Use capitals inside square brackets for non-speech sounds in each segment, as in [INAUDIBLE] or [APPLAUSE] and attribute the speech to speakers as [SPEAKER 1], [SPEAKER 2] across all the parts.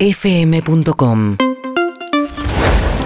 [SPEAKER 1] urbanaplayfm.com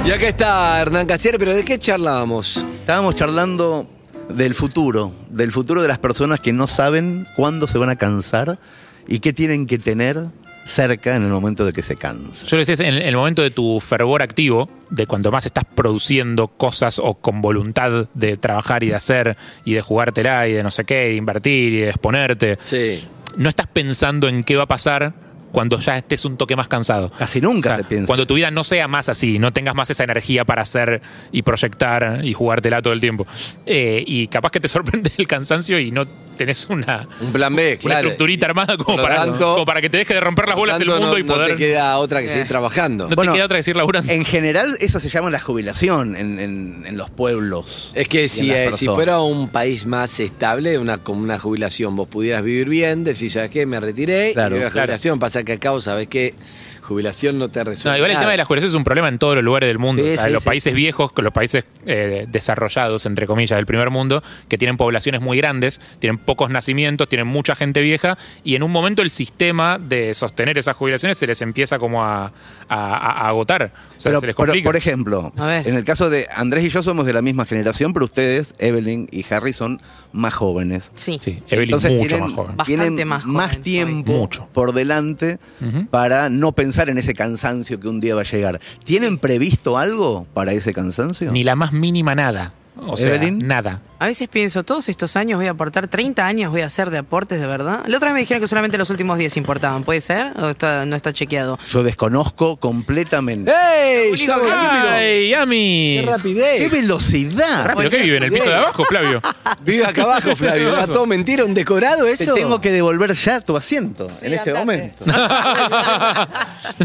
[SPEAKER 2] Y acá está Hernán Casier, pero ¿de qué charlábamos?
[SPEAKER 3] Estábamos charlando del futuro, del futuro de las personas que no saben cuándo se van a cansar y qué tienen que tener cerca en el momento de que se cansan.
[SPEAKER 4] Yo lo decía, en el momento de tu fervor activo, de cuanto más estás produciendo cosas o con voluntad de trabajar y de hacer y de jugártela y de no sé qué, de invertir y de exponerte,
[SPEAKER 2] Sí.
[SPEAKER 4] no estás pensando en qué va a pasar cuando ya estés un toque más cansado.
[SPEAKER 3] Casi nunca
[SPEAKER 4] O sea,
[SPEAKER 3] se piensa.
[SPEAKER 4] Cuando tu vida no sea más así, no tengas más esa energía para hacer y proyectar y jugártela todo el tiempo. Eh, y capaz que te [LAUGHS] sorprende el cansancio y no tenés una,
[SPEAKER 2] Un plan B,
[SPEAKER 4] una
[SPEAKER 2] claro.
[SPEAKER 4] estructurita armada
[SPEAKER 2] Por
[SPEAKER 4] como
[SPEAKER 2] lo
[SPEAKER 4] para,
[SPEAKER 2] tanto-
[SPEAKER 4] como para que te deje de romper las
[SPEAKER 2] Por
[SPEAKER 4] bolas el
[SPEAKER 2] tanto,
[SPEAKER 4] mundo
[SPEAKER 2] no,
[SPEAKER 4] y
[SPEAKER 2] no
[SPEAKER 4] poder.
[SPEAKER 2] te queda otra que seguir trabajando.
[SPEAKER 4] no
[SPEAKER 3] Bueno,
[SPEAKER 4] te queda otra que seguir laburando.
[SPEAKER 3] En general, eso se llama la jubilación en, en- en los pueblos.
[SPEAKER 2] Es que si,
[SPEAKER 3] las
[SPEAKER 2] eh, si
[SPEAKER 3] personas.
[SPEAKER 2] fuera un país más estable, una, con una jubilación, vos pudieras vivir bien, decís, ¿sabes qué? Me retiré y me
[SPEAKER 3] Claro,
[SPEAKER 2] voy a la
[SPEAKER 4] claro.
[SPEAKER 2] jubilación. Pasa que acá, vos ¿sabés qué? Jubilación no te resuelve.
[SPEAKER 4] No, igual el
[SPEAKER 2] nada.
[SPEAKER 4] tema de la jubilación es un problema en todos los lugares del mundo.
[SPEAKER 3] Sí,
[SPEAKER 4] O sea,
[SPEAKER 3] sí,
[SPEAKER 4] los
[SPEAKER 3] sí.
[SPEAKER 4] países viejos, con los países eh, desarrollados, entre comillas, del primer mundo, que tienen poblaciones muy grandes, tienen pocos nacimientos, tienen mucha gente vieja, y en un momento el sistema de sostener esas jubilaciones se les empieza como a, a- a- a agotar. O sea,
[SPEAKER 3] Pero,
[SPEAKER 4] se les
[SPEAKER 3] por,
[SPEAKER 4] complica.
[SPEAKER 3] por ejemplo,
[SPEAKER 2] A ver.
[SPEAKER 3] en el caso de Andrés y yo somos de la misma generación, pero ustedes, Evelyn y Harry, son más jóvenes.
[SPEAKER 5] Sí.
[SPEAKER 4] sí, Evelyn
[SPEAKER 3] Entonces
[SPEAKER 4] mucho
[SPEAKER 3] tienen,
[SPEAKER 4] más joven.
[SPEAKER 5] Bastante
[SPEAKER 3] tienen
[SPEAKER 5] más joven soy.
[SPEAKER 3] tiempo
[SPEAKER 4] Mucho.
[SPEAKER 3] por delante
[SPEAKER 4] Ujú.
[SPEAKER 3] para no pensar en ese cansancio que un día va a llegar. ¿Tienen previsto algo para ese cansancio?
[SPEAKER 4] Ni la más mínima nada. O sea,
[SPEAKER 3] Evelyn.
[SPEAKER 4] nada.
[SPEAKER 5] A veces pienso, todos estos años voy a aportar, 30 años voy a hacer de aportes, de verdad. La otra vez me dijeron que solamente los últimos 10 importaban, ¿puede ser? ¿O está- no está chequeado?
[SPEAKER 3] Yo desconozco completamente.
[SPEAKER 2] ¡Ey!
[SPEAKER 5] Juli,
[SPEAKER 2] ¡Ya
[SPEAKER 5] ¿con
[SPEAKER 2] volví, pero-
[SPEAKER 4] ¡Ay, Yami!
[SPEAKER 2] ¡Qué rapidez!
[SPEAKER 3] ¡Qué velocidad!
[SPEAKER 4] ¿Pero qué vive en el piso de abajo, Flavio?
[SPEAKER 2] Vive acá abajo, Flavio.
[SPEAKER 4] [LAUGHS]
[SPEAKER 2] ¿Va todo mentira? ¿Un decorado
[SPEAKER 3] Te
[SPEAKER 2] eso?
[SPEAKER 3] tengo que devolver ya tu asiento en este momento.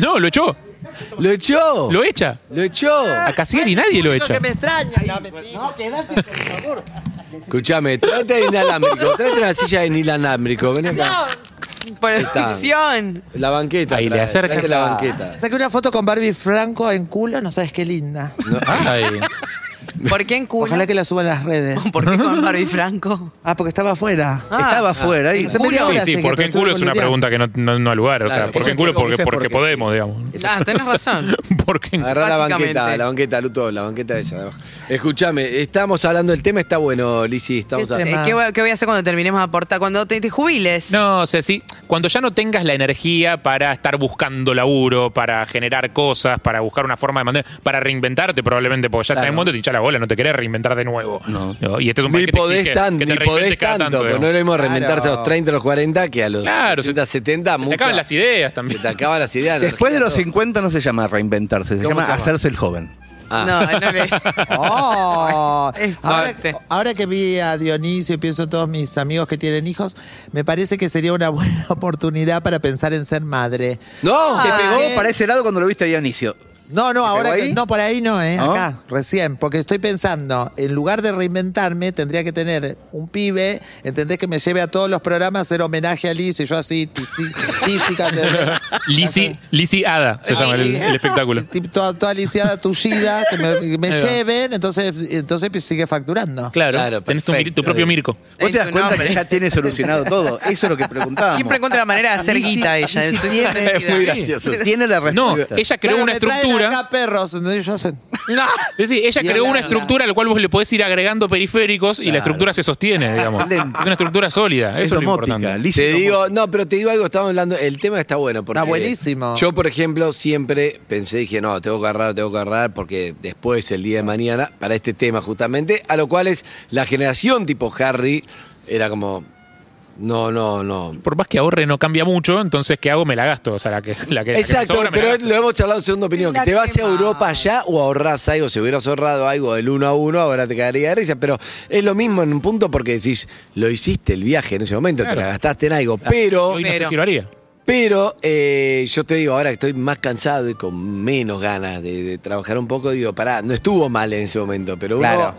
[SPEAKER 4] no, lo echó.
[SPEAKER 2] ¡Lo echó!
[SPEAKER 4] Lo Ah. echa.
[SPEAKER 2] ¡Lo echó!
[SPEAKER 4] A Casieri nadie lo echa.
[SPEAKER 2] Escuchame, trate de inalámbrico. Trate una silla de inalámbrico. Ven acá.
[SPEAKER 5] Producción.
[SPEAKER 2] La banqueta.
[SPEAKER 4] Ahí le
[SPEAKER 2] trae,
[SPEAKER 4] acerca.
[SPEAKER 2] traete la banqueta.
[SPEAKER 6] Saqué una foto con Barbie Franco en culo, no sabes qué linda.
[SPEAKER 4] [LAUGHS] Ay.
[SPEAKER 5] ¿Por qué en culo?
[SPEAKER 6] Ojalá que la suban a las redes.
[SPEAKER 5] [LAUGHS] ¿Por
[SPEAKER 2] [LAUGHS]
[SPEAKER 5] qué con Barbie Franco?
[SPEAKER 6] Ah, porque estaba afuera.
[SPEAKER 5] Ah.
[SPEAKER 3] Estaba afuera. y
[SPEAKER 5] ¿en
[SPEAKER 3] se
[SPEAKER 5] culo?
[SPEAKER 3] media
[SPEAKER 4] Sí,
[SPEAKER 3] hora
[SPEAKER 4] sí,
[SPEAKER 6] que
[SPEAKER 3] llegué,
[SPEAKER 4] ¿por qué
[SPEAKER 6] pero
[SPEAKER 4] en culo
[SPEAKER 6] estuve
[SPEAKER 4] es una
[SPEAKER 6] boludeando.
[SPEAKER 4] pregunta que no, no, no al lugar? O
[SPEAKER 2] Claro,
[SPEAKER 4] sea, ¿por qué en
[SPEAKER 3] eso te
[SPEAKER 4] culo?
[SPEAKER 3] lo
[SPEAKER 4] Porque,
[SPEAKER 3] dices
[SPEAKER 4] porque
[SPEAKER 3] porque
[SPEAKER 4] podemos, digamos. [LAUGHS]
[SPEAKER 5] Ah, tenés
[SPEAKER 6] [LAUGHS]
[SPEAKER 5] razón.
[SPEAKER 4] ¿Por qué en culo?
[SPEAKER 2] Agarrá la
[SPEAKER 5] Básicamente.
[SPEAKER 2] banqueta, la banqueta, Luto, la banqueta esa de abajo. Escuchame, estamos hablando del tema, está bueno, Lisi, estamos
[SPEAKER 6] ¿Qué
[SPEAKER 2] hablando.
[SPEAKER 6] tema?
[SPEAKER 5] Eh, ¿Qué, voy, qué voy a hacer cuando terminemos de aportar? Cuando te, te jubiles.
[SPEAKER 4] No, o sea, sí, cuando ya no tengas la energía para estar buscando laburo, para generar cosas, para buscar una forma de mantener, para reinventarte probablemente, porque ya está en un momento y te hinchás la bola, no te querés reinventar de nuevo. No, Y este es un país
[SPEAKER 2] Ni
[SPEAKER 4] que te
[SPEAKER 2] podés
[SPEAKER 4] exige
[SPEAKER 2] tanto,
[SPEAKER 4] que te
[SPEAKER 2] ni
[SPEAKER 4] reinventes
[SPEAKER 2] podés
[SPEAKER 4] cada
[SPEAKER 2] tanto, pero
[SPEAKER 4] digamos.
[SPEAKER 2] no es lo mismo reinventarse a los
[SPEAKER 3] Claro.
[SPEAKER 2] 30, a los 40 que a los
[SPEAKER 4] Claro,
[SPEAKER 2] 60, 70,
[SPEAKER 4] se te
[SPEAKER 2] mucha-
[SPEAKER 4] acaban las ideas
[SPEAKER 2] Se
[SPEAKER 4] también.
[SPEAKER 2] te
[SPEAKER 4] [LAUGHS]
[SPEAKER 2] acaban las ideas. la
[SPEAKER 3] Después de
[SPEAKER 2] energía,
[SPEAKER 3] los
[SPEAKER 2] todo.
[SPEAKER 3] 50 no se llama reinventarse, se
[SPEAKER 2] ¿Cómo
[SPEAKER 3] llama
[SPEAKER 2] se llama?
[SPEAKER 3] hacerse el joven.
[SPEAKER 2] Ah. [LAUGHS]
[SPEAKER 5] No, no le-
[SPEAKER 6] Oh,
[SPEAKER 5] [LAUGHS] Es
[SPEAKER 6] ahora,
[SPEAKER 5] fuerte.
[SPEAKER 6] ahora que vi a Dionisio y pienso en todos mis amigos que tienen hijos, me parece que sería una buena [LAUGHS] oportunidad para pensar en ser madre.
[SPEAKER 5] Ah,
[SPEAKER 2] No,
[SPEAKER 3] Te
[SPEAKER 2] que-
[SPEAKER 3] pegó
[SPEAKER 6] ¿qué?
[SPEAKER 3] para ese lado cuando lo viste a Dionisio.
[SPEAKER 6] No, no,
[SPEAKER 3] ¿Te
[SPEAKER 6] ahora
[SPEAKER 3] pegó
[SPEAKER 6] que-
[SPEAKER 3] ahí?
[SPEAKER 6] no, por ahí no, ¿eh?
[SPEAKER 3] ¿No?
[SPEAKER 6] acá, recién, porque estoy pensando, en lugar de reinventarme, tendría que tener un pibe, ¿entendés? Que me lleve a todos los programas, hacer homenaje a Liz y yo así, tisi- física, ¿entendés?
[SPEAKER 4] [LAUGHS] Lisi, Lisi Ada se llama el,
[SPEAKER 6] Sí.
[SPEAKER 4] el espectáculo.
[SPEAKER 6] Tip- Toda, toda lisiada, tullida, que me, que me
[SPEAKER 4] Ahí va.
[SPEAKER 6] lleven, entonces, entonces pues, sigue facturando.
[SPEAKER 4] Claro,
[SPEAKER 2] Claro,
[SPEAKER 4] tenés tu,
[SPEAKER 2] perfecto.
[SPEAKER 4] tu propio Mirko.
[SPEAKER 3] Vos
[SPEAKER 5] En
[SPEAKER 3] te das
[SPEAKER 5] tu
[SPEAKER 3] cuenta
[SPEAKER 5] nombre.
[SPEAKER 3] que ya tiene solucionado todo. Eso es lo que preguntábamos. Ah,
[SPEAKER 5] Siempre encuentra la manera de hacer
[SPEAKER 3] Lizzy-
[SPEAKER 5] guita ella.
[SPEAKER 3] Lizzy
[SPEAKER 5] Estoy
[SPEAKER 3] tiene-
[SPEAKER 2] [LAUGHS]
[SPEAKER 5] sorprendida.
[SPEAKER 2] es muy gracioso.
[SPEAKER 3] Tiene la
[SPEAKER 4] No,
[SPEAKER 3] respuesta.
[SPEAKER 4] ella creó
[SPEAKER 6] Claro,
[SPEAKER 4] una
[SPEAKER 6] me traen
[SPEAKER 4] estructura.
[SPEAKER 6] acá perros, entonces yo sé-
[SPEAKER 4] Es decir, ella
[SPEAKER 6] Y
[SPEAKER 4] creó una
[SPEAKER 6] hablarla.
[SPEAKER 4] estructura a la cual vos le podés ir agregando periféricos y la estructura se sostiene, digamos. es
[SPEAKER 3] Excelente.
[SPEAKER 4] una estructura sólida, eso es lo
[SPEAKER 3] domótica,
[SPEAKER 4] importante.
[SPEAKER 3] Lizzy
[SPEAKER 2] Te
[SPEAKER 3] domótica.
[SPEAKER 2] digo, no, pero te digo algo, estamos hablando, el tema está bueno. Porque
[SPEAKER 6] Está buenísimo.
[SPEAKER 2] Yo, por ejemplo, siempre pensé, dije, no, tengo que agarrar, tengo que agarrar, porque después, el día de mañana, para este tema justamente, a lo cual es la generación tipo Harry, era como, no, no, no.
[SPEAKER 4] Por más que ahorre no cambia mucho, entonces ¿qué hago? Me la gasto. O sea, la que, la que, la que me
[SPEAKER 2] Exacto,
[SPEAKER 4] sobra, me la
[SPEAKER 2] pero
[SPEAKER 4] gasto.
[SPEAKER 2] lo hemos charlado en segunda opinión. Que
[SPEAKER 5] La
[SPEAKER 2] ¿Te vas a
[SPEAKER 5] quemás.
[SPEAKER 2] Europa allá o ahorras algo? Si hubieras ahorrado algo del uno a uno, ahora te quedaría de risa. Pero es lo mismo en un punto porque decís, lo hiciste el viaje en ese momento, te
[SPEAKER 4] Claro.
[SPEAKER 2] la gastaste en algo. Pero.
[SPEAKER 4] Hoy no sé si lo haría.
[SPEAKER 2] Pero eh, yo te digo, ahora que estoy más cansado y con menos ganas de, de trabajar un poco, digo, pará, no estuvo mal en ese momento, pero uno-
[SPEAKER 3] Claro.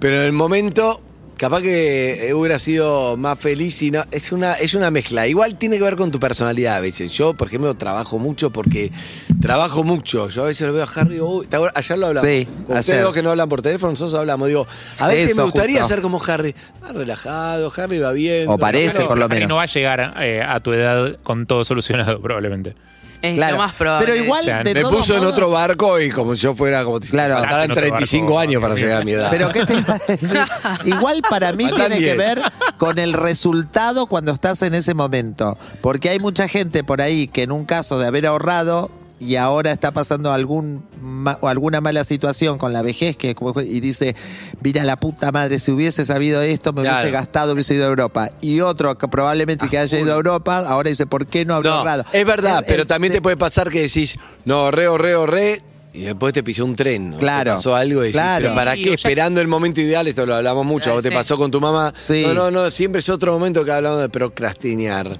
[SPEAKER 2] pero en el momento, capaz que eh, hubiera sido más feliz y no. Es una, es una mezcla. Igual tiene que ver con tu personalidad a veces. Yo, por ejemplo, trabajo mucho porque trabajo mucho. Yo a veces lo veo a Harry, uy, ¿te acuerdas? ayer lo hablamos.
[SPEAKER 6] Sí,
[SPEAKER 2] Con ustedes
[SPEAKER 6] ayer.
[SPEAKER 2] dos que no hablan por teléfono, nosotros hablamos. Digo, a
[SPEAKER 6] De
[SPEAKER 2] veces
[SPEAKER 6] eso,
[SPEAKER 2] me gustaría
[SPEAKER 6] justo.
[SPEAKER 2] ser como Harry. Ah, relajado, Harry va bien.
[SPEAKER 6] O parece, por lo
[SPEAKER 4] Harry
[SPEAKER 6] menos.
[SPEAKER 4] no va a llegar eh, a tu edad con todo solucionado, [LAUGHS] probablemente.
[SPEAKER 5] [LAUGHS] Es
[SPEAKER 6] Claro.
[SPEAKER 5] lo más probable.
[SPEAKER 6] Pero igual,
[SPEAKER 4] O sea,
[SPEAKER 6] de
[SPEAKER 2] Me
[SPEAKER 6] todos
[SPEAKER 2] puso en
[SPEAKER 6] modos-
[SPEAKER 2] otro barco y como si yo fuera como si
[SPEAKER 6] Claro.
[SPEAKER 2] me faltaran
[SPEAKER 4] Estás en otro
[SPEAKER 2] 35
[SPEAKER 4] barco,
[SPEAKER 2] años para
[SPEAKER 4] amigo.
[SPEAKER 2] llegar a mi edad.
[SPEAKER 6] Pero ¿qué te iba a decir?
[SPEAKER 2] [LAUGHS]
[SPEAKER 6] Igual para mí
[SPEAKER 2] Faltan
[SPEAKER 6] tiene que
[SPEAKER 2] diez.
[SPEAKER 6] ver con el resultado cuando estás en ese momento. Porque hay mucha gente por ahí que en un caso de haber ahorrado y ahora está pasando algún ma- o alguna mala situación con la vejez que como- y dice, mira la puta madre, si hubiese sabido esto me hubiese
[SPEAKER 2] Claro. Ah,
[SPEAKER 6] gastado, hubiese ido a Europa. Y otro que probablemente que haya ido a Europa, ahora dice, ¿por qué no habrá
[SPEAKER 2] No,
[SPEAKER 6] ahorrado?
[SPEAKER 2] es verdad,
[SPEAKER 6] El-
[SPEAKER 2] pero
[SPEAKER 6] el-
[SPEAKER 2] también
[SPEAKER 6] de-
[SPEAKER 2] te puede pasar que decís, no, re, re, re, y después te pisó un tren. ¿no?
[SPEAKER 6] Claro.
[SPEAKER 2] Te pasó algo y decís,
[SPEAKER 6] Claro.
[SPEAKER 2] "¿Pero ¿para
[SPEAKER 5] Sí,
[SPEAKER 2] qué?
[SPEAKER 5] o sea-
[SPEAKER 2] Esperando el momento ideal, esto lo hablamos mucho, a vos
[SPEAKER 5] Sí.
[SPEAKER 2] te pasó con tu mamá.
[SPEAKER 6] Sí.
[SPEAKER 2] No, no, no, siempre es otro momento que hablamos de procrastinar.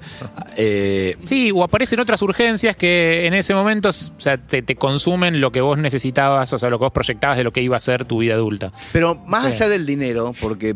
[SPEAKER 2] Eh,
[SPEAKER 4] Sí, o aparecen otras urgencias que en ese momento o sea, te, te consumen lo que vos necesitabas, o sea, lo que vos proyectabas de lo que iba a ser tu vida adulta.
[SPEAKER 3] Pero más
[SPEAKER 4] Sí.
[SPEAKER 3] allá del dinero, porque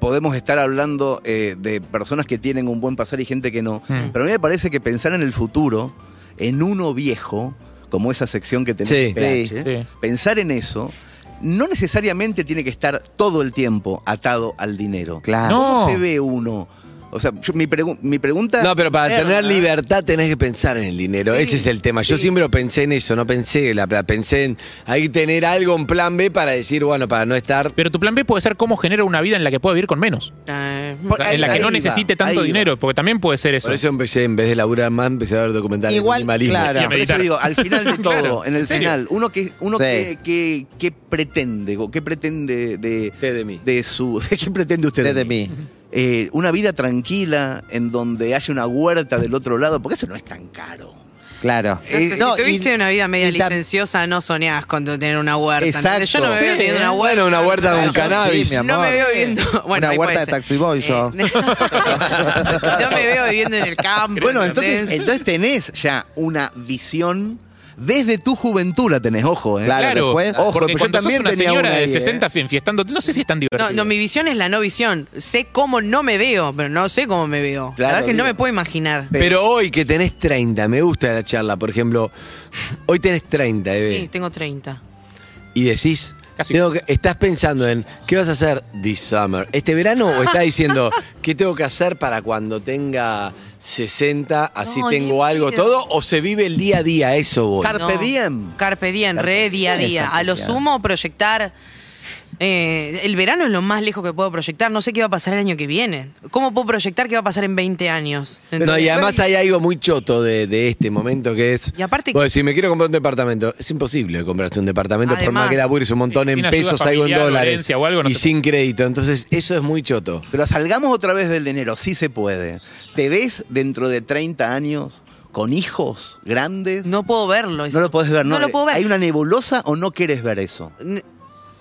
[SPEAKER 3] podemos estar hablando eh, de personas que tienen un buen pasar y gente que no,
[SPEAKER 4] Mm.
[SPEAKER 3] pero a mí me parece que pensar en el futuro, en uno viejo, como esa sección que tenés
[SPEAKER 2] Sí.
[SPEAKER 3] en PH,
[SPEAKER 4] Sí. Sí.
[SPEAKER 3] pensar en eso no necesariamente tiene que estar todo el tiempo atado al dinero.
[SPEAKER 6] Claro.
[SPEAKER 3] ¿Cómo
[SPEAKER 4] No.
[SPEAKER 3] se ve uno? O sea, yo- mi, pregu- mi pregunta...
[SPEAKER 2] no, pero para
[SPEAKER 3] interna-
[SPEAKER 2] tener
[SPEAKER 6] ¿eh?
[SPEAKER 2] libertad tenés que pensar en el dinero.
[SPEAKER 3] Sí,
[SPEAKER 2] Ese es el tema. Yo
[SPEAKER 3] sí.
[SPEAKER 2] siempre lo pensé en eso, no pensé en la plata. Pensé en hay que tener algo en plan B para decir, bueno, para no estar.
[SPEAKER 4] Pero tu plan B puede ser cómo genera una vida en la que pueda vivir con menos.
[SPEAKER 5] Eh,
[SPEAKER 4] O sea, en la que
[SPEAKER 3] Ahí
[SPEAKER 4] no
[SPEAKER 3] va,
[SPEAKER 4] necesite tanto
[SPEAKER 3] ahí va.
[SPEAKER 4] dinero, porque también puede ser eso.
[SPEAKER 2] Por eso empecé, en vez de laburar más, empecé a ver documentales de
[SPEAKER 6] Igual,
[SPEAKER 2] minimalismo.
[SPEAKER 6] claro.
[SPEAKER 4] Y a
[SPEAKER 3] Por eso
[SPEAKER 4] meditar.
[SPEAKER 3] digo, al final de todo,
[SPEAKER 4] [LAUGHS] Claro,
[SPEAKER 3] en el
[SPEAKER 4] ¿en serio?
[SPEAKER 3] final, uno que uno
[SPEAKER 6] Sí.
[SPEAKER 3] que, que- que pretende, o qué pretende de,
[SPEAKER 2] Usted de mí.
[SPEAKER 3] de su, [LAUGHS] qué pretende usted
[SPEAKER 6] de mí.
[SPEAKER 3] Eh, una vida tranquila en donde haya una huerta del otro lado, porque eso no es tan caro.
[SPEAKER 6] Claro.
[SPEAKER 5] No sé,
[SPEAKER 6] Eh, No,
[SPEAKER 5] si tuviste
[SPEAKER 6] y-
[SPEAKER 5] una vida media
[SPEAKER 6] y tam-
[SPEAKER 5] licenciosa, no soñás con tener una huerta.
[SPEAKER 3] Exacto.
[SPEAKER 5] ¿entendés? Yo no me veo
[SPEAKER 2] Sí,
[SPEAKER 5] teniendo una huerta.
[SPEAKER 2] bueno, una huerta de
[SPEAKER 6] Ah,
[SPEAKER 2] un
[SPEAKER 6] yo sí,
[SPEAKER 2] cannabis.
[SPEAKER 6] mi amor.
[SPEAKER 5] No me veo
[SPEAKER 3] eh,
[SPEAKER 5] viviendo. [LAUGHS] Bueno,
[SPEAKER 6] Una
[SPEAKER 5] ahí puede
[SPEAKER 6] huerta de
[SPEAKER 5] ser. Eh,
[SPEAKER 6] Taxi Boy, yo.
[SPEAKER 5] [LAUGHS] no me veo viviendo en el campo.
[SPEAKER 3] Bueno, entonces,
[SPEAKER 5] ¿entendés?
[SPEAKER 3] entonces tenés ya una visión desde tu juventud, la tenés, ojo, ¿eh?
[SPEAKER 6] Claro. después-
[SPEAKER 4] porque
[SPEAKER 3] Ojo, pero yo
[SPEAKER 4] cuando
[SPEAKER 3] también
[SPEAKER 4] sos una
[SPEAKER 3] tenía
[SPEAKER 4] señora
[SPEAKER 3] una ¿eh?
[SPEAKER 4] de
[SPEAKER 3] ahí,
[SPEAKER 4] 60 enfiestando, no sé si es tan divertido.
[SPEAKER 5] No, no, mi visión es la no visión. Sé cómo no me veo, pero no sé cómo me veo. la
[SPEAKER 3] Claro,
[SPEAKER 5] verdad es que no
[SPEAKER 3] digo.
[SPEAKER 5] me puedo imaginar.
[SPEAKER 2] Pero hoy que tenés 30, me gusta la charla, por ejemplo, hoy tenés 30, bebé,
[SPEAKER 5] Sí, tengo 30.
[SPEAKER 2] y decís,
[SPEAKER 4] Casi.
[SPEAKER 2] tengo que- estás pensando en, ¿qué vas a hacer this summer? ¿Este verano? ¿O estás diciendo, qué tengo que hacer para cuando tenga 60, así
[SPEAKER 5] No, ni
[SPEAKER 2] tengo algo,
[SPEAKER 5] pedo.
[SPEAKER 2] todo? ¿O se vive el día a día? Eso voy.
[SPEAKER 3] Car- Carpe diem.
[SPEAKER 5] Carpe diem,
[SPEAKER 3] Carpe
[SPEAKER 5] re día a
[SPEAKER 3] diem,
[SPEAKER 5] día.
[SPEAKER 3] carpe
[SPEAKER 5] A lo
[SPEAKER 3] diem.
[SPEAKER 5] sumo, proyectar. eh, el verano es lo más lejos que puedo proyectar. No sé qué va a pasar el año que viene. ¿Cómo puedo proyectar qué va a pasar en 20 años?
[SPEAKER 2] No, y además hay algo muy choto de, de este momento que es.
[SPEAKER 5] eh, Y aparte-
[SPEAKER 2] vos decís, me quiero comprar un departamento. Es imposible comprarse un departamento por más
[SPEAKER 5] Además.
[SPEAKER 2] que labures un montón
[SPEAKER 4] Sí,
[SPEAKER 2] en
[SPEAKER 4] sin ayuda
[SPEAKER 2] pesos, algo en
[SPEAKER 4] familiar o
[SPEAKER 2] dólares.
[SPEAKER 4] herencia o algo, no
[SPEAKER 2] y
[SPEAKER 4] se
[SPEAKER 2] sin crédito. Entonces, eso es muy choto.
[SPEAKER 3] Pero salgamos otra vez del dinero, sí se puede. ¿Te ves dentro de 30 años con hijos grandes?
[SPEAKER 5] No puedo verlo. eso.
[SPEAKER 3] No lo podés ver, no.
[SPEAKER 5] No lo puedo ver. Mm.
[SPEAKER 3] ¿Hay una nebulosa o no querés ver eso?
[SPEAKER 5] N-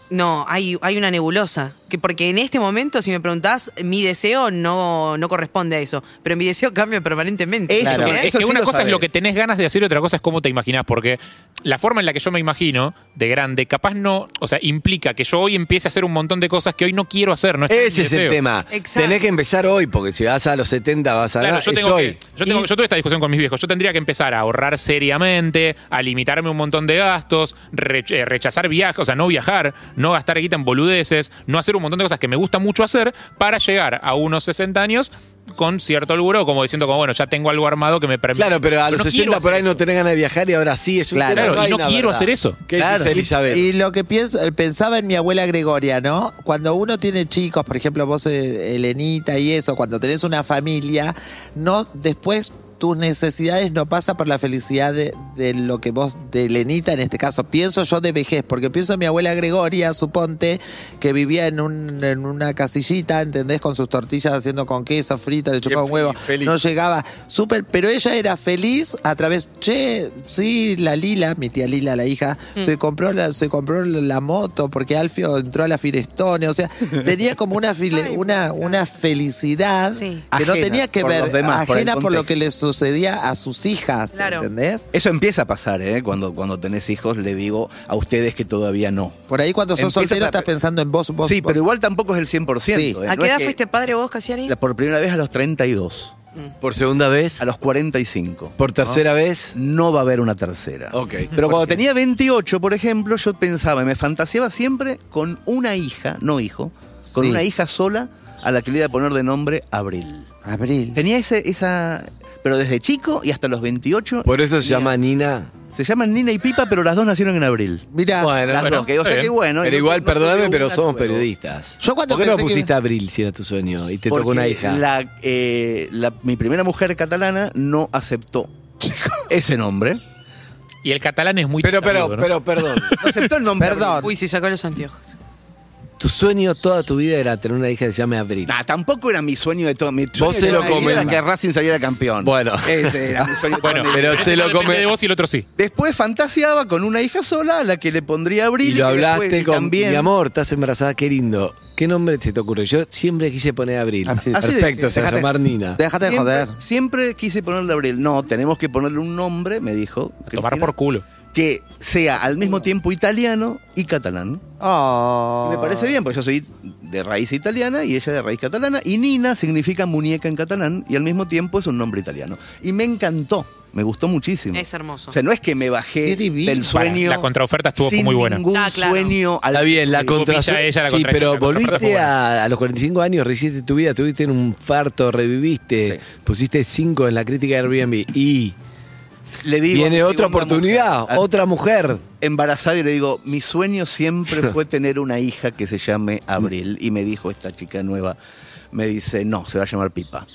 [SPEAKER 5] No, hay, hay una nebulosa. Que porque en este momento, si me preguntás, mi deseo no, no corresponde a eso. Pero mi deseo [LAUGHS] cambia permanentemente.
[SPEAKER 3] Eso,
[SPEAKER 5] ¿entendés?
[SPEAKER 3] claro,
[SPEAKER 4] Es
[SPEAKER 3] eso
[SPEAKER 4] que
[SPEAKER 3] sí
[SPEAKER 4] una
[SPEAKER 3] lo
[SPEAKER 4] cosa es
[SPEAKER 3] sabés.
[SPEAKER 4] lo que tenés ganas de hacer y otra cosa es cómo te imaginás, porque la forma en la que yo me imagino de grande, capaz no, o sea, implica que yo hoy empiece a hacer un montón de cosas que hoy no quiero hacer. No está en mi
[SPEAKER 2] Ese es el
[SPEAKER 4] deseo.
[SPEAKER 2] tema.
[SPEAKER 5] Exacto.
[SPEAKER 2] Tenés que empezar hoy, porque si vas a los 70 vas a
[SPEAKER 4] Claro,
[SPEAKER 2] ganar.
[SPEAKER 4] yo,
[SPEAKER 2] es
[SPEAKER 4] tengo
[SPEAKER 2] hoy.
[SPEAKER 4] que- yo, tengo-
[SPEAKER 2] Y-
[SPEAKER 4] yo tuve esta discusión con mis viejos. Yo tendría que empezar a ahorrar seriamente, a limitarme un montón de gastos, re- eh, rechazar viajes, o sea, no viajar, no gastar guita en boludeces, no hacer un montón de cosas que me gusta mucho hacer para llegar a unos 60 años con cierto alburo, como diciendo, como bueno, ya tengo algo armado que me permite.
[SPEAKER 2] Claro, pero a los
[SPEAKER 4] no quiero
[SPEAKER 2] 60 por
[SPEAKER 4] hacer
[SPEAKER 2] ahí no
[SPEAKER 4] eso.
[SPEAKER 2] tenés ganas de viajar y ahora sí es un
[SPEAKER 6] Claro,
[SPEAKER 2] tema,
[SPEAKER 6] y
[SPEAKER 2] hay
[SPEAKER 4] no
[SPEAKER 2] una
[SPEAKER 4] quiero
[SPEAKER 2] verdad.
[SPEAKER 4] hacer eso.
[SPEAKER 2] ¿Qué dices,
[SPEAKER 6] Claro, y-
[SPEAKER 2] Elizabeth?
[SPEAKER 6] Y, lo que pienso, eh, pensaba en mi abuela Gregoria, ¿no? Cuando uno tiene chicos, por ejemplo, vos, eh, Elenita y eso, cuando tenés una familia, no después tus necesidades no pasan por la felicidad de, de lo que vos, de Elenita en este caso, pienso yo de vejez, porque pienso en mi abuela Gregoria, suponte, que vivía en, un- en una casillita, ¿entendés? Con sus tortillas haciendo con queso frito, le chupaba un
[SPEAKER 2] fe-
[SPEAKER 6] huevo,
[SPEAKER 2] feliz.
[SPEAKER 6] no llegaba súper, pero ella era feliz a través, che, sí, la Lila, mi tía Lila, la hija, se compró la, se compró la moto porque Alfio entró a la Firestone, o sea, tenía como una file- una, una felicidad
[SPEAKER 5] Sí.
[SPEAKER 6] que no
[SPEAKER 3] Ajena
[SPEAKER 6] tenía que
[SPEAKER 3] por
[SPEAKER 6] ver
[SPEAKER 3] los demás, por el
[SPEAKER 6] ajena por, lo
[SPEAKER 3] contexto.
[SPEAKER 6] que le sucedía a sus hijas,
[SPEAKER 5] Claro.
[SPEAKER 6] ¿entendés?
[SPEAKER 3] Eso empieza a pasar, ¿eh? Cuando, cuando tenés hijos, le digo a ustedes que todavía no.
[SPEAKER 6] Por ahí cuando sos
[SPEAKER 3] Empieza
[SPEAKER 6] soltero
[SPEAKER 3] la-
[SPEAKER 6] estás pensando en vos, vos.
[SPEAKER 3] sí,
[SPEAKER 6] vos.
[SPEAKER 3] pero igual tampoco es el 100%.
[SPEAKER 6] Sí.
[SPEAKER 3] ¿eh?
[SPEAKER 5] ¿A
[SPEAKER 3] No
[SPEAKER 5] qué
[SPEAKER 3] es
[SPEAKER 5] edad
[SPEAKER 3] que-
[SPEAKER 5] fuiste padre vos, Casiani?
[SPEAKER 3] la- por primera vez a los 32,
[SPEAKER 2] ¿Por segunda vez?
[SPEAKER 3] a los 45.
[SPEAKER 2] ¿Por tercera vez?
[SPEAKER 3] No va a haber una tercera.
[SPEAKER 2] Ok.
[SPEAKER 3] Pero cuando tenía 28, por ejemplo, yo pensaba y me fantaseaba siempre con una hija, no hijo, con
[SPEAKER 6] Sí.
[SPEAKER 3] una hija sola a la que le iba a poner de nombre Abril.
[SPEAKER 6] Abril.
[SPEAKER 3] Tenía ese, esa. Pero desde chico y hasta los 28.
[SPEAKER 2] Por eso se
[SPEAKER 3] tenía-
[SPEAKER 2] llama Nina.
[SPEAKER 3] Se llaman Nina y Pipa, pero las dos nacieron en abril.
[SPEAKER 6] Mira,
[SPEAKER 2] Bueno,
[SPEAKER 3] Las
[SPEAKER 4] bueno,
[SPEAKER 3] dos, que, o sea
[SPEAKER 4] está
[SPEAKER 3] que
[SPEAKER 4] bien.
[SPEAKER 3] bueno.
[SPEAKER 2] Em, pero
[SPEAKER 3] no-
[SPEAKER 2] igual,
[SPEAKER 3] no tengo
[SPEAKER 2] perdóname,
[SPEAKER 3] una
[SPEAKER 2] pero somos
[SPEAKER 3] nueva.
[SPEAKER 2] periodistas.
[SPEAKER 6] Yo cuando
[SPEAKER 2] ¿Por qué no
[SPEAKER 6] pensé que-
[SPEAKER 2] pusiste Abril si era tu sueño y te
[SPEAKER 3] Porque
[SPEAKER 2] tocó una hija?
[SPEAKER 3] La, eh, la- mi primera mujer catalana no aceptó ese nombre.
[SPEAKER 4] Y el catalán es muy
[SPEAKER 2] Pero, pero,
[SPEAKER 4] testarudo, ¿no?
[SPEAKER 2] pero, perdón.
[SPEAKER 3] No aceptó el nombre.
[SPEAKER 6] Perdón.
[SPEAKER 5] Uy, se sacó los anteojos.
[SPEAKER 2] [LAUGHS] Tu sueño toda tu vida era tener una hija que se llame Abril.
[SPEAKER 3] Nah, tampoco era mi sueño de todo. Mi sueño
[SPEAKER 2] se
[SPEAKER 3] de
[SPEAKER 2] lo
[SPEAKER 3] toda mi vida
[SPEAKER 2] comen.
[SPEAKER 3] era que Racing saliera campeón.
[SPEAKER 2] Bueno. [LAUGHS]
[SPEAKER 3] Ese era mi sueño. de toda
[SPEAKER 4] Bueno,
[SPEAKER 3] mi vida.
[SPEAKER 2] pero
[SPEAKER 4] ese
[SPEAKER 2] se
[SPEAKER 4] no
[SPEAKER 2] lo
[SPEAKER 4] depende
[SPEAKER 2] come-
[SPEAKER 4] de vos y el otro sí.
[SPEAKER 3] Después fantaseaba con una hija sola a la que le pondría
[SPEAKER 2] Y
[SPEAKER 3] abril.
[SPEAKER 2] lo
[SPEAKER 3] que después-
[SPEAKER 2] hablaste
[SPEAKER 3] y
[SPEAKER 2] con
[SPEAKER 3] también-
[SPEAKER 2] mi amor, estás embarazada, qué lindo. ¿Qué nombre se te ocurre? Yo siempre quise poner Abril.
[SPEAKER 6] Abril.
[SPEAKER 3] Así de-
[SPEAKER 2] Perfecto, se va a
[SPEAKER 6] Dejate-
[SPEAKER 2] llamar Nina.
[SPEAKER 6] Déjate de
[SPEAKER 3] Siempre,
[SPEAKER 6] joder.
[SPEAKER 3] siempre quise ponerle abril. No, tenemos que ponerle un nombre, me dijo.
[SPEAKER 4] A tomar
[SPEAKER 3] Cristina,
[SPEAKER 4] por culo.
[SPEAKER 3] Que sea al mismo tiempo italiano y catalán.
[SPEAKER 6] Oh.
[SPEAKER 4] Ah.
[SPEAKER 3] Me parece bien, porque yo soy de raíz italiana y ella de raíz catalana. Y Nina significa muñeca en catalán y al mismo tiempo es un nombre italiano. Y me encantó, me gustó muchísimo.
[SPEAKER 5] Es hermoso.
[SPEAKER 3] O sea, no es que me
[SPEAKER 6] Qué
[SPEAKER 3] bajé
[SPEAKER 6] divino.
[SPEAKER 3] del sueño.
[SPEAKER 4] Para, la contraoferta estuvo- fue
[SPEAKER 3] sin
[SPEAKER 4] muy buena.
[SPEAKER 3] Ningún
[SPEAKER 5] Ah, claro.
[SPEAKER 3] sueño al-
[SPEAKER 2] Está bien, la
[SPEAKER 4] Tuvo
[SPEAKER 2] contra
[SPEAKER 4] pilla ella, la
[SPEAKER 2] Sí,
[SPEAKER 4] contra ella,
[SPEAKER 2] pero
[SPEAKER 4] la contra-
[SPEAKER 2] volviste
[SPEAKER 4] fue
[SPEAKER 2] a, a los 45 años, rehiciste tu vida, tuviste en un farto, reviviste, pusiste 5 en la crítica de Airbnb y
[SPEAKER 3] Le digo a
[SPEAKER 2] viene
[SPEAKER 3] mi
[SPEAKER 2] otra
[SPEAKER 3] segunda
[SPEAKER 2] oportunidad,
[SPEAKER 3] mujer, a-
[SPEAKER 2] otra mujer.
[SPEAKER 3] Embarazada y le digo, mi sueño
[SPEAKER 4] [LAUGHS]
[SPEAKER 3] siempre fue tener una hija que se llame Abril. Y me dijo esta chica nueva, me dice, no, se va a llamar
[SPEAKER 4] [LAUGHS]
[SPEAKER 3] Pipa.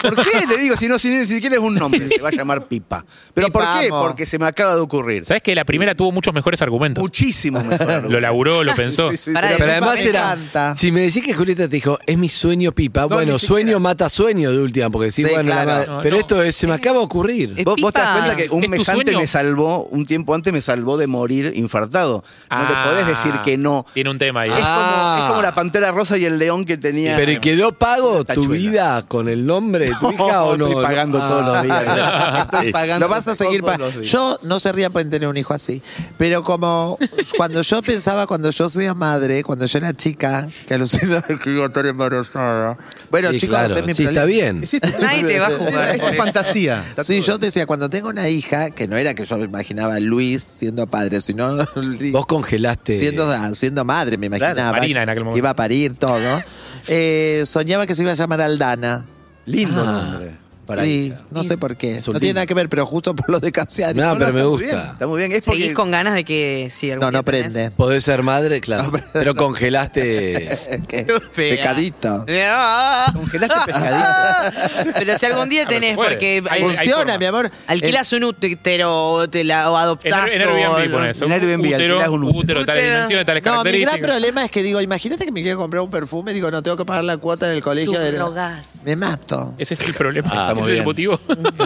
[SPEAKER 3] ¿Por qué? Le digo, si no, si ni siquiera es un nombre, se va a llamar Pipa. ¿Pero
[SPEAKER 6] Pipa,
[SPEAKER 3] por qué?
[SPEAKER 6] amo.
[SPEAKER 3] Porque se me acaba de ocurrir.
[SPEAKER 4] ¿Sabes que la primera tuvo muchos mejores argumentos? [LAUGHS]
[SPEAKER 3] Muchísimo mejor.
[SPEAKER 4] Lo laburó, lo
[SPEAKER 2] [LAUGHS]
[SPEAKER 4] pensó.
[SPEAKER 3] Sí, sí, sí,
[SPEAKER 5] Pará, eh,
[SPEAKER 3] sí.
[SPEAKER 2] Pero
[SPEAKER 6] Pipa
[SPEAKER 2] además
[SPEAKER 6] me
[SPEAKER 2] era.
[SPEAKER 6] encanta.
[SPEAKER 2] Si me decís que Julieta te dijo, es mi sueño pipa, bueno,
[SPEAKER 3] ni
[SPEAKER 2] sueño
[SPEAKER 3] siquiera.
[SPEAKER 2] mata sueño de última, porque sí,
[SPEAKER 6] Sí,
[SPEAKER 2] bueno, la
[SPEAKER 6] claro.
[SPEAKER 2] madre-
[SPEAKER 4] No,
[SPEAKER 2] pero
[SPEAKER 4] no.
[SPEAKER 2] esto es- se me acaba de ocurrir.
[SPEAKER 5] Es
[SPEAKER 3] Vos, vos te das
[SPEAKER 5] Pipa.
[SPEAKER 3] cuenta que un
[SPEAKER 4] ¿Es tu
[SPEAKER 3] mes antes
[SPEAKER 4] sueño?
[SPEAKER 3] me salvó, un tiempo antes me salvó de morir infartado. No
[SPEAKER 4] Ah,
[SPEAKER 3] le podés decir que no.
[SPEAKER 4] Tiene un tema ahí.
[SPEAKER 3] Es,
[SPEAKER 2] Ah.
[SPEAKER 3] como, es como la pantera rosa y el león que tenía.
[SPEAKER 2] Pero ¿y quedó pago
[SPEAKER 3] Una
[SPEAKER 2] tu
[SPEAKER 3] tachuela.
[SPEAKER 2] vida con el nombre de tu
[SPEAKER 3] [LAUGHS]
[SPEAKER 2] hija o no?
[SPEAKER 3] Estoy pagando
[SPEAKER 2] Ah.
[SPEAKER 3] todos los días. Estoy pagando
[SPEAKER 6] Lo vas a
[SPEAKER 3] todos
[SPEAKER 6] seguir pa-
[SPEAKER 3] los días.
[SPEAKER 6] Yo no se ría por tener un hijo así. Pero como cuando yo pensaba, cuando yo sea madre, cuando yo era chica, que alucina que iba a estar embarazada. Bueno,
[SPEAKER 2] Sí,
[SPEAKER 6] chicos,
[SPEAKER 2] claro,
[SPEAKER 6] este es mi
[SPEAKER 2] sí, está
[SPEAKER 6] problema.
[SPEAKER 2] bien.
[SPEAKER 5] Nadie te va a jugar.
[SPEAKER 3] Esta
[SPEAKER 5] por
[SPEAKER 3] es
[SPEAKER 5] eso.
[SPEAKER 3] fantasía.
[SPEAKER 6] Sí, yo te decía, cuando tengo una hija, que no era que yo me imaginaba a Luis siendo padre, sino [LAUGHS] Luis
[SPEAKER 2] Vos congelaste.
[SPEAKER 6] siendo, ah, siendo madre, me imaginaba.
[SPEAKER 4] Marina en aquel momento.
[SPEAKER 6] Iba a parir todo. Eh, soñaba que se iba a llamar Aldana.
[SPEAKER 3] Lindo
[SPEAKER 2] Ah.
[SPEAKER 3] nombre. para
[SPEAKER 6] sí,
[SPEAKER 3] ella.
[SPEAKER 6] no sé por qué.
[SPEAKER 3] Es un
[SPEAKER 6] No tiene
[SPEAKER 3] lindo.
[SPEAKER 6] nada que ver, pero justo por lo de Casiani.
[SPEAKER 2] No,
[SPEAKER 6] No,
[SPEAKER 2] pero me
[SPEAKER 3] está muy bien,
[SPEAKER 2] gusta.
[SPEAKER 3] Está muy bien. Es
[SPEAKER 5] Seguís
[SPEAKER 3] porque-
[SPEAKER 5] con ganas de que sí, algún
[SPEAKER 6] no,
[SPEAKER 5] día
[SPEAKER 6] no
[SPEAKER 5] tenés.
[SPEAKER 6] prende.
[SPEAKER 2] Podés ser madre, claro. pero congelaste.
[SPEAKER 6] [LAUGHS] ¿Qué?
[SPEAKER 5] Fea.
[SPEAKER 6] Pecadito.
[SPEAKER 5] No.
[SPEAKER 3] Congelaste pescadito.
[SPEAKER 5] [LAUGHS] Pero si algún día
[SPEAKER 4] Ah, pero
[SPEAKER 5] tenés,
[SPEAKER 4] se puede.
[SPEAKER 5] porque
[SPEAKER 4] Hay-
[SPEAKER 5] eh,
[SPEAKER 4] hay-
[SPEAKER 6] Funciona,
[SPEAKER 4] forma.
[SPEAKER 6] mi amor.
[SPEAKER 5] alquilas un útero o, te la, o
[SPEAKER 4] En,
[SPEAKER 5] adoptás.
[SPEAKER 4] en
[SPEAKER 5] o-
[SPEAKER 4] Airbnb pone eso.
[SPEAKER 3] En Airbnb,
[SPEAKER 4] útero,
[SPEAKER 3] alquilás un
[SPEAKER 4] útero,
[SPEAKER 3] útero.
[SPEAKER 4] de tales
[SPEAKER 5] Útero.
[SPEAKER 4] dimensiones, de
[SPEAKER 6] Eh,
[SPEAKER 4] tales
[SPEAKER 6] No, mi gran
[SPEAKER 4] características.
[SPEAKER 6] problema es que digo, imagínate que me quiero comprar un perfume, digo, no, tengo que pagar la cuota del colegio. de-
[SPEAKER 5] Subrogás.
[SPEAKER 6] Me mato.
[SPEAKER 4] Ese es el problema.
[SPEAKER 2] Ah,
[SPEAKER 4] Ese
[SPEAKER 2] muy
[SPEAKER 4] es el
[SPEAKER 2] bien.
[SPEAKER 4] motivo.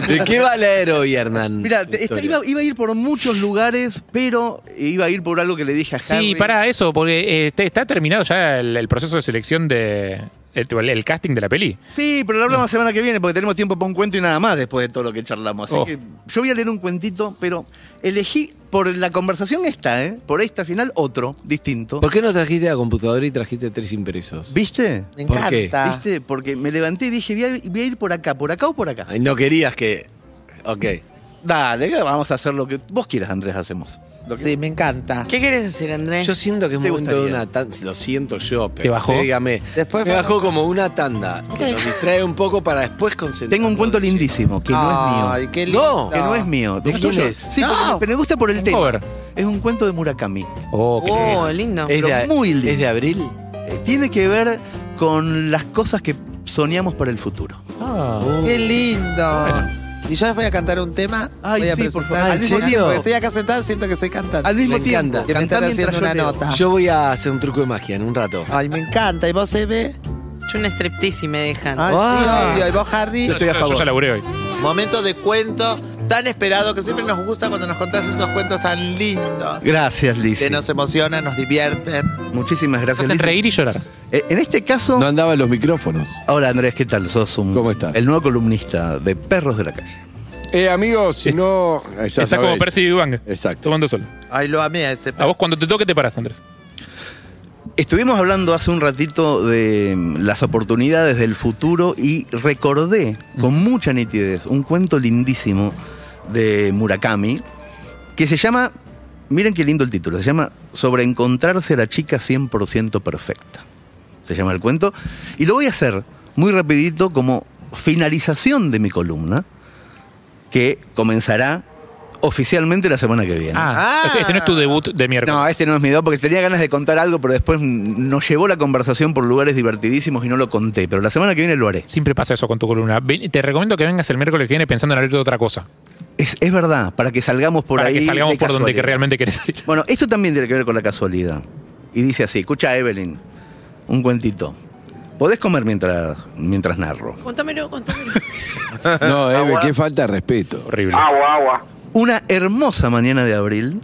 [SPEAKER 2] ¿De qué va la hoy, Hernán?
[SPEAKER 3] Mira,
[SPEAKER 2] Tu
[SPEAKER 3] te- esta-
[SPEAKER 2] historia.
[SPEAKER 3] iba, iba a ir por muchos lugares, pero iba a ir por algo que le dije a Harry.
[SPEAKER 4] [LAUGHS] Sí, para eso, porque eh, está- está terminado ya el, el proceso de selección de. eh, El, el casting de la peli.
[SPEAKER 3] Sí, pero lo hablamos la semana que viene porque tenemos tiempo para un cuento y nada más después de todo lo que charlamos. Así
[SPEAKER 4] Oh.
[SPEAKER 3] que yo voy a leer un cuentito, pero elegí por la conversación esta, ¿eh? Por esta final, otro, distinto.
[SPEAKER 2] ¿Por qué no trajiste la computadora y trajiste tres impresos?
[SPEAKER 3] ¿Viste?
[SPEAKER 6] Me
[SPEAKER 2] ¿Por qué?
[SPEAKER 6] encanta.
[SPEAKER 3] ¿Viste? Porque me levanté y dije, voy a, voy a ir por acá, por acá o por acá.
[SPEAKER 2] Ay, No querías que. Ok.
[SPEAKER 3] Eh. Dale, vamos a hacer lo que vos quieras, Andrés, hacemos. Lo que-
[SPEAKER 6] Sí, me encanta.
[SPEAKER 5] ¿Qué querés hacer, Andrés?
[SPEAKER 2] Yo siento que es
[SPEAKER 3] ¿Te
[SPEAKER 2] momento de
[SPEAKER 3] gustaría?
[SPEAKER 2] una tanda. Lo siento yo, pero.
[SPEAKER 4] ¿Te bajó?
[SPEAKER 2] usted Dígame.
[SPEAKER 6] Después
[SPEAKER 2] me
[SPEAKER 6] vamos
[SPEAKER 2] bajó
[SPEAKER 6] a-
[SPEAKER 2] como una tanda. Que
[SPEAKER 3] [LAUGHS]
[SPEAKER 2] nos distrae un poco para después concentrarnos.
[SPEAKER 3] Tengo un cuento lindísimo que no es mío.
[SPEAKER 6] Ay, qué lindo.
[SPEAKER 2] No,
[SPEAKER 3] Que no es mío.
[SPEAKER 2] ¿De
[SPEAKER 3] ¿Es
[SPEAKER 2] quién
[SPEAKER 3] tuyo?
[SPEAKER 2] es?
[SPEAKER 3] Sí,
[SPEAKER 6] No.
[SPEAKER 3] porque- pero me gusta por el
[SPEAKER 4] Un
[SPEAKER 3] tema.
[SPEAKER 4] cover.
[SPEAKER 3] Es un cuento de Murakami.
[SPEAKER 4] Oh, qué
[SPEAKER 5] Oh, lindo.
[SPEAKER 2] Es
[SPEAKER 3] pero
[SPEAKER 2] de,
[SPEAKER 3] muy lindo.
[SPEAKER 2] ¿Es de abril?
[SPEAKER 3] Eh, Tiene que ver con las cosas que soñamos para el futuro.
[SPEAKER 4] Ah.
[SPEAKER 6] Qué lindo. Y yo les voy a cantar un tema.
[SPEAKER 3] Ay,
[SPEAKER 6] voy a
[SPEAKER 3] sí, por
[SPEAKER 6] presentar.
[SPEAKER 3] favor.
[SPEAKER 2] ¿En
[SPEAKER 6] al mismo
[SPEAKER 2] serio?
[SPEAKER 6] tiempo que Estoy acá sentada, siento que soy cantante.
[SPEAKER 3] Al mismo
[SPEAKER 2] me
[SPEAKER 3] tiempo,
[SPEAKER 2] encanta.
[SPEAKER 6] Que me están
[SPEAKER 3] cantá mientras
[SPEAKER 6] haciendo
[SPEAKER 3] yo
[SPEAKER 6] una
[SPEAKER 3] leo.
[SPEAKER 6] nota.
[SPEAKER 2] Yo voy a hacer un truco de magia en un rato.
[SPEAKER 6] Ay, me encanta. ¿Y vos, Eve?
[SPEAKER 5] Yo un striptease me dejan.
[SPEAKER 6] Ay,
[SPEAKER 2] Ah.
[SPEAKER 6] sí, obvio. ¿Y vos, Harry?
[SPEAKER 3] Yo estoy a
[SPEAKER 4] Yo- Yo
[SPEAKER 3] favor.
[SPEAKER 4] ya laburé hoy.
[SPEAKER 6] Momento de cuento tan esperado que siempre nos gusta cuando nos contás esos cuentos tan lindos.
[SPEAKER 3] Gracias, Liz.
[SPEAKER 6] Que nos emocionan, nos divierten.
[SPEAKER 3] Muchísimas
[SPEAKER 4] Te
[SPEAKER 3] gracias.
[SPEAKER 4] hacen
[SPEAKER 3] Liz.
[SPEAKER 4] reír y llorar.
[SPEAKER 3] Eh, En este caso,
[SPEAKER 2] No andaban los micrófonos.
[SPEAKER 3] hola Andrés, ¿qué tal? Sos un,
[SPEAKER 2] ¿Cómo estás?
[SPEAKER 3] el nuevo columnista de Perros de la Calle.
[SPEAKER 1] Eh, amigos, si no. ya
[SPEAKER 4] Está
[SPEAKER 1] sabés.
[SPEAKER 4] como Percy Bang.
[SPEAKER 1] Exacto.
[SPEAKER 4] Tomando sol.
[SPEAKER 6] Ay, lo amé a ese
[SPEAKER 4] A
[SPEAKER 6] perro.
[SPEAKER 4] vos cuando te toque te paras, Andrés.
[SPEAKER 3] Estuvimos hablando hace un ratito de mm, las oportunidades del futuro y recordé con mucha nitidez un cuento lindísimo de Murakami que se llama, miren qué lindo el título, se llama Sobre encontrarse a la chica 100% perfecta. se llama el cuento. Y lo voy a hacer muy rapidito como finalización de mi columna, que comenzará oficialmente la semana que viene.
[SPEAKER 4] Ah, Este, este no es tu debut de miércoles.
[SPEAKER 3] No, este no es mi idea porque tenía ganas de contar algo, pero después mm, nos llevó la conversación por lugares divertidísimos y no lo conté. Pero la semana que viene lo haré.
[SPEAKER 4] Siempre pasa eso con tu columna. Ven- te recomiendo que vengas el miércoles que viene pensando en hablar de otra cosa.
[SPEAKER 3] Es, es verdad, para que salgamos por
[SPEAKER 4] para
[SPEAKER 3] ahí.
[SPEAKER 4] que salgamos
[SPEAKER 3] de
[SPEAKER 4] por donde que
[SPEAKER 3] casualidad.
[SPEAKER 4] realmente querés salir.
[SPEAKER 3] Bueno, esto también tiene que ver con la casualidad. Y dice así, escucha Evelyn, un cuentito. Podés comer mientras, mientras narro.
[SPEAKER 5] Oh. Contámelo, contámelo.
[SPEAKER 1] No,
[SPEAKER 4] Ah,
[SPEAKER 1] Eve, qué falta de respeto.
[SPEAKER 4] Horrible.
[SPEAKER 3] Ah,
[SPEAKER 7] Agua, agua.
[SPEAKER 3] Una hermosa mañana de abril,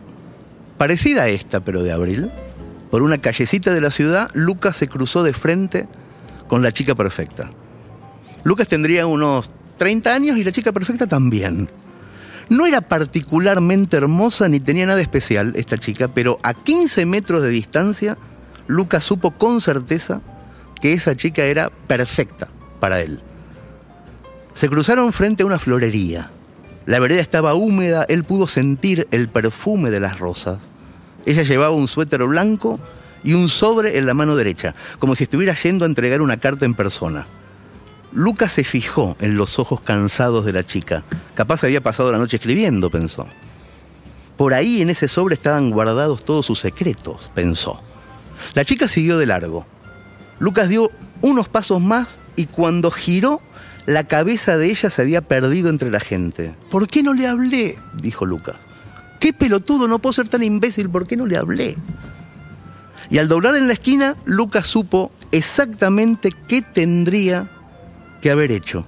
[SPEAKER 3] parecida a esta, pero de abril, por una callecita de la ciudad, Lucas se cruzó de frente con la chica perfecta. Lucas tendría unos 30 años y la chica perfecta también. No era particularmente hermosa ni tenía nada especial esta chica, pero a 15 metros de distancia, Lucas supo con certeza que esa chica era perfecta para él. Se cruzaron frente a una florería. La vereda estaba húmeda, él pudo sentir el perfume de las rosas. Ella llevaba un suéter blanco y un sobre en la mano derecha, como si estuviera yendo a entregar una carta en persona. Lucas se fijó en los ojos cansados de la chica. Capaz había pasado la noche escribiendo, pensó. Por ahí en ese sobre estaban guardados todos sus secretos, pensó. La chica siguió de largo. Lucas dio unos pasos más y cuando giró, la cabeza de ella se había perdido entre la gente. ¿Por qué no le hablé? dijo Lucas. ¡Qué pelotudo! No puedo ser tan imbécil. ¿Por qué no le hablé? Y al doblar en la esquina, Lucas supo exactamente qué tendría que haber hecho.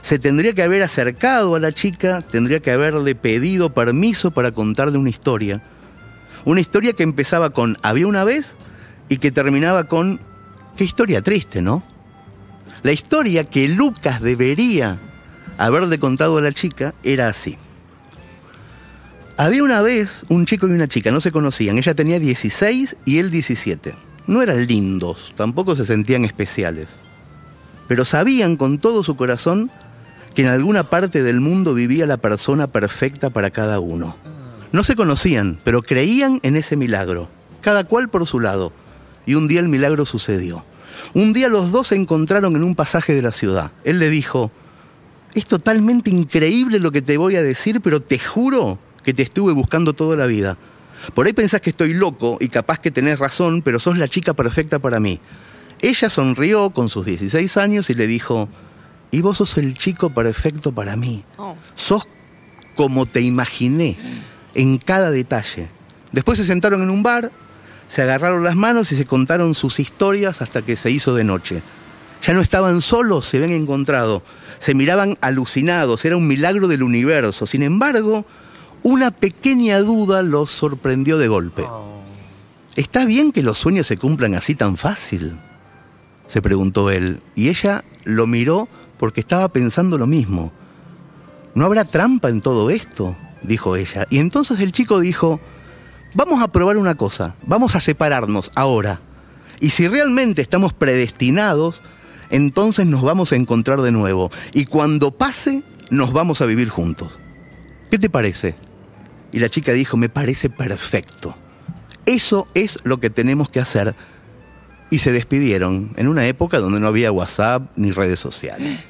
[SPEAKER 3] Se tendría que haber acercado a la chica, tendría que haberle pedido permiso para contarle una historia. Una historia que empezaba con había una vez y que terminaba con qué historia triste, ¿no? La historia que Lucas debería haberle contado a la chica era así. Había una vez un chico y una chica, no se conocían. Ella tenía 16 y él 17. No eran lindos, tampoco se sentían especiales. Pero sabían con todo su corazón que en alguna parte del mundo vivía la persona perfecta para cada uno. No se conocían, pero creían en ese milagro, cada cual por su lado. Y un día el milagro sucedió. Un día los dos se encontraron en un pasaje de la ciudad. Él le dijo, es totalmente increíble lo que te voy a decir, pero te juro que te estuve buscando toda la vida. Por ahí pensás que estoy loco y capaz que tenés razón, pero sos la chica perfecta para mí. Ella sonrió con sus 16 años y le dijo, y vos sos el chico perfecto para mí.
[SPEAKER 5] Oh.
[SPEAKER 3] Sos como te imaginé, en cada detalle. Después se sentaron en un bar, se agarraron las manos y se contaron sus historias hasta que se hizo de noche. Ya no estaban solos, se habían encontrado, se miraban alucinados, era un milagro del universo. Sin embargo, una pequeña duda los sorprendió de golpe. ¿Está bien que los sueños se cumplan así tan fácil? se preguntó él, y ella lo miró porque estaba pensando lo mismo. ¿No habrá trampa en todo esto? dijo ella. Y entonces el chico dijo, vamos a probar una cosa, vamos a separarnos ahora. Y si realmente estamos predestinados, entonces nos vamos a encontrar de nuevo. Y cuando pase, nos vamos a vivir juntos. ¿Qué te parece? Y la chica dijo, me parece perfecto. Eso es lo que tenemos que hacer. Y se despidieron en una época donde no había WhatsApp ni redes sociales.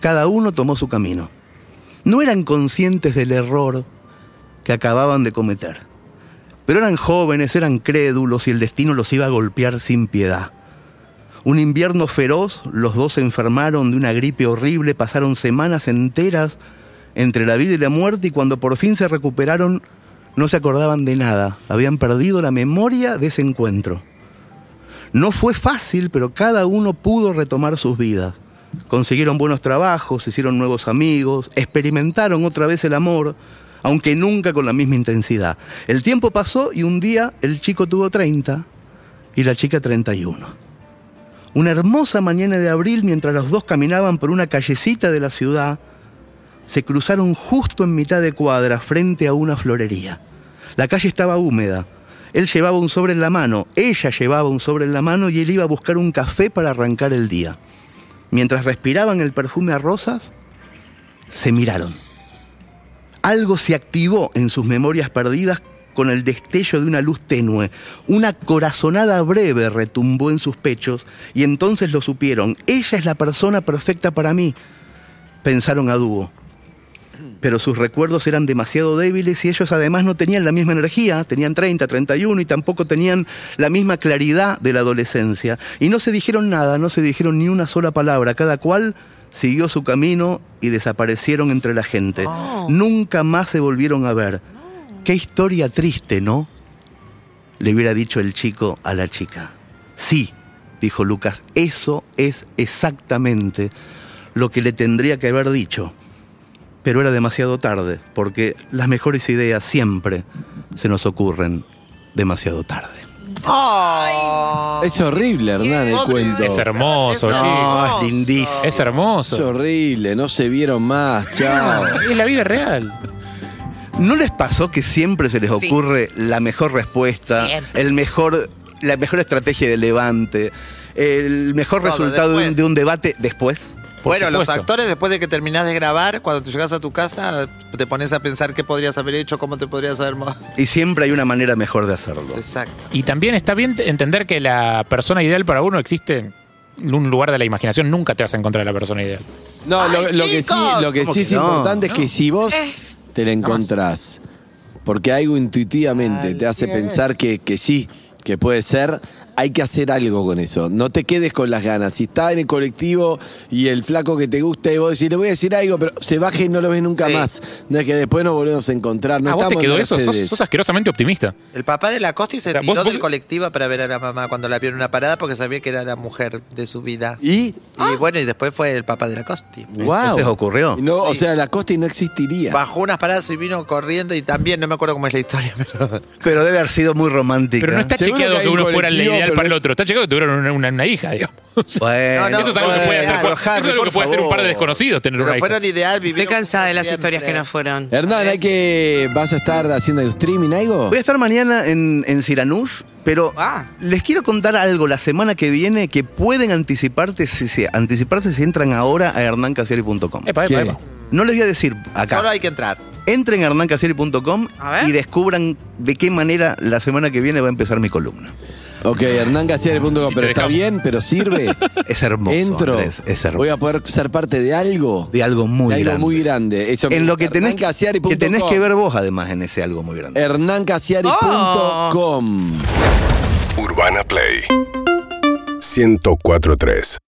[SPEAKER 3] Cada uno tomó su camino. No eran conscientes del error que acababan de cometer. Pero eran jóvenes, eran crédulos y el destino los iba a golpear sin piedad. Un invierno feroz, los dos se enfermaron de una gripe horrible, pasaron semanas enteras entre la vida y la muerte y cuando por fin se recuperaron no se acordaban de nada, habían perdido la memoria de ese encuentro. No fue fácil, pero cada uno pudo retomar sus vidas. Consiguieron buenos trabajos, hicieron nuevos amigos, experimentaron otra vez el amor, aunque nunca con la misma intensidad. El tiempo pasó y un día el chico tuvo 30 y la chica 31. Una hermosa mañana de abril, mientras los dos caminaban por una callecita de la ciudad, se cruzaron justo en mitad de cuadra frente a una florería. La calle estaba húmeda. Él llevaba un sobre en la mano, ella llevaba un sobre en la mano y él iba a buscar un café para arrancar el día. Mientras respiraban el perfume a rosas, se miraron. Algo se activó en sus memorias perdidas con el destello de una luz tenue. Una corazonada breve retumbó en sus pechos y entonces lo supieron. Ella es la persona perfecta para mí, pensaron a dúo. Pero sus recuerdos eran demasiado débiles y ellos además no tenían la misma energía, tenían 30, 31 y tampoco tenían la misma claridad de la adolescencia. Y no se dijeron nada, no se dijeron ni una sola palabra, cada cual siguió su camino y desaparecieron entre la gente.
[SPEAKER 5] Oh.
[SPEAKER 3] Nunca más se volvieron a ver. Qué historia triste, ¿no? Le hubiera dicho el chico a la chica. Sí, dijo Lucas, eso es exactamente lo que le tendría que haber dicho. Pero era demasiado tarde, porque las mejores ideas siempre se nos ocurren demasiado tarde.
[SPEAKER 2] Es horrible, Hernán, el cuento.
[SPEAKER 4] Es hermoso,
[SPEAKER 6] No,
[SPEAKER 4] chicos.
[SPEAKER 3] es lindísimo.
[SPEAKER 4] Es
[SPEAKER 2] Es
[SPEAKER 4] hermoso.
[SPEAKER 2] horrible, no se vieron más,
[SPEAKER 3] [LAUGHS]
[SPEAKER 2] chao.
[SPEAKER 4] Es la vida real.
[SPEAKER 3] ¿No les pasó que siempre se les
[SPEAKER 5] Sí.
[SPEAKER 3] ocurre la mejor respuesta,
[SPEAKER 5] Siempre.
[SPEAKER 3] el mejor, la mejor estrategia de levante, el mejor
[SPEAKER 6] Todo
[SPEAKER 3] resultado de un,
[SPEAKER 6] después.
[SPEAKER 3] de un debate después?
[SPEAKER 6] Bueno, los
[SPEAKER 4] supuesto.
[SPEAKER 6] actores después de que terminás de grabar, cuando te llegas a tu casa, te pones a pensar qué podrías haber hecho, cómo te podrías haber mo-
[SPEAKER 3] Y siempre hay una manera mejor de hacerlo.
[SPEAKER 6] Exacto.
[SPEAKER 4] Y también está bien t- entender que la persona ideal para uno existe en un lugar de la imaginación. Nunca te vas a encontrar la persona ideal.
[SPEAKER 2] No, lo, lo que sí, lo que
[SPEAKER 3] ¿Cómo
[SPEAKER 2] sí
[SPEAKER 3] que
[SPEAKER 2] es
[SPEAKER 3] no?
[SPEAKER 2] importante es que si vos te la encontrás, porque algo intuitivamente te hace pensar que, que sí, que puede ser, hay que hacer algo con eso. No te quedes con las ganas. Si está en el colectivo y el flaco que te gusta y vos decís, le voy a decir algo, pero se baje y no lo ves nunca
[SPEAKER 6] Sí.
[SPEAKER 2] más. No es que después nos volvemos a encontrar. No
[SPEAKER 4] ¿A Ah, vos te
[SPEAKER 2] estamos en
[SPEAKER 4] quedó eso? Sos,
[SPEAKER 2] Mercedes.
[SPEAKER 4] sos asquerosamente optimista.
[SPEAKER 6] El papá de la Costi se
[SPEAKER 4] O sea,
[SPEAKER 6] tiró
[SPEAKER 4] vos- vos-
[SPEAKER 6] del colectivo para ver a la mamá cuando la vio en una parada porque sabía que era la mujer de su vida. Y,
[SPEAKER 2] Y,
[SPEAKER 6] bueno, y después fue el papá de la Costi.
[SPEAKER 2] wow.
[SPEAKER 3] Entonces ocurrió.
[SPEAKER 2] No, O sea, la costa y no existiría.
[SPEAKER 6] Bajó unas paradas y vino corriendo y también, no me acuerdo cómo es la historia, [LAUGHS] pero...
[SPEAKER 3] Pero debe haber sido muy romántica.
[SPEAKER 4] Pero no está
[SPEAKER 2] Seguro
[SPEAKER 4] chequeado
[SPEAKER 2] que
[SPEAKER 4] que,
[SPEAKER 2] hay un
[SPEAKER 4] uno fuera el
[SPEAKER 2] colectivo,
[SPEAKER 4] ideal
[SPEAKER 2] pero
[SPEAKER 4] para el
[SPEAKER 2] no-
[SPEAKER 4] otro. Está chequeado que tuvieron una, una- una hija, digamos.
[SPEAKER 1] Eh,
[SPEAKER 3] Bueno,
[SPEAKER 6] No, no,
[SPEAKER 4] eso es algo que puede hacer,
[SPEAKER 6] bueno,
[SPEAKER 4] cual- eso es algo que
[SPEAKER 6] por
[SPEAKER 4] puede hacer un
[SPEAKER 6] favor.
[SPEAKER 4] par de desconocidos tener
[SPEAKER 6] Pero
[SPEAKER 4] una hija.
[SPEAKER 6] fueron ideal, vivieron
[SPEAKER 5] Estoy cansada de
[SPEAKER 6] como
[SPEAKER 5] las historias que
[SPEAKER 6] siempre.
[SPEAKER 5] no fueron.
[SPEAKER 2] Hernán, hay que. ¿Vas a estar haciendo streaming algo?
[SPEAKER 3] Voy a estar mañana en, en Siranush, pero
[SPEAKER 5] Ah.
[SPEAKER 3] les quiero contar algo la semana que viene que pueden anticiparte si, si- anticiparse si entran ahora a hernancasieri.com.
[SPEAKER 4] Epa, epa,
[SPEAKER 2] ¿Qué?
[SPEAKER 4] epa.
[SPEAKER 3] No les voy a decir acá.
[SPEAKER 6] Solo hay que entrar.
[SPEAKER 3] Entren a hernancasieri.com
[SPEAKER 5] A ver.
[SPEAKER 3] y descubran de qué manera la semana que viene va a empezar mi columna.
[SPEAKER 2] Ok, Hernán Gasier.com,
[SPEAKER 4] Si te
[SPEAKER 2] pero está
[SPEAKER 4] dejamos.
[SPEAKER 2] bien, pero
[SPEAKER 3] [LAUGHS]
[SPEAKER 2] sirve.
[SPEAKER 3] Es hermoso,
[SPEAKER 2] Entro.
[SPEAKER 3] Andrés, es hermoso.
[SPEAKER 2] Voy a poder ser parte de algo.
[SPEAKER 3] De algo muy
[SPEAKER 2] de algo
[SPEAKER 3] grande.
[SPEAKER 2] muy grande. Eso
[SPEAKER 3] en
[SPEAKER 2] me
[SPEAKER 3] lo que
[SPEAKER 2] gusta.
[SPEAKER 3] tenés,
[SPEAKER 2] HernánGasiari.com.
[SPEAKER 3] que tenés que ver Oh. vos además en ese algo muy grande.
[SPEAKER 2] HernánGasiari.com.
[SPEAKER 7] Urbana Play 1043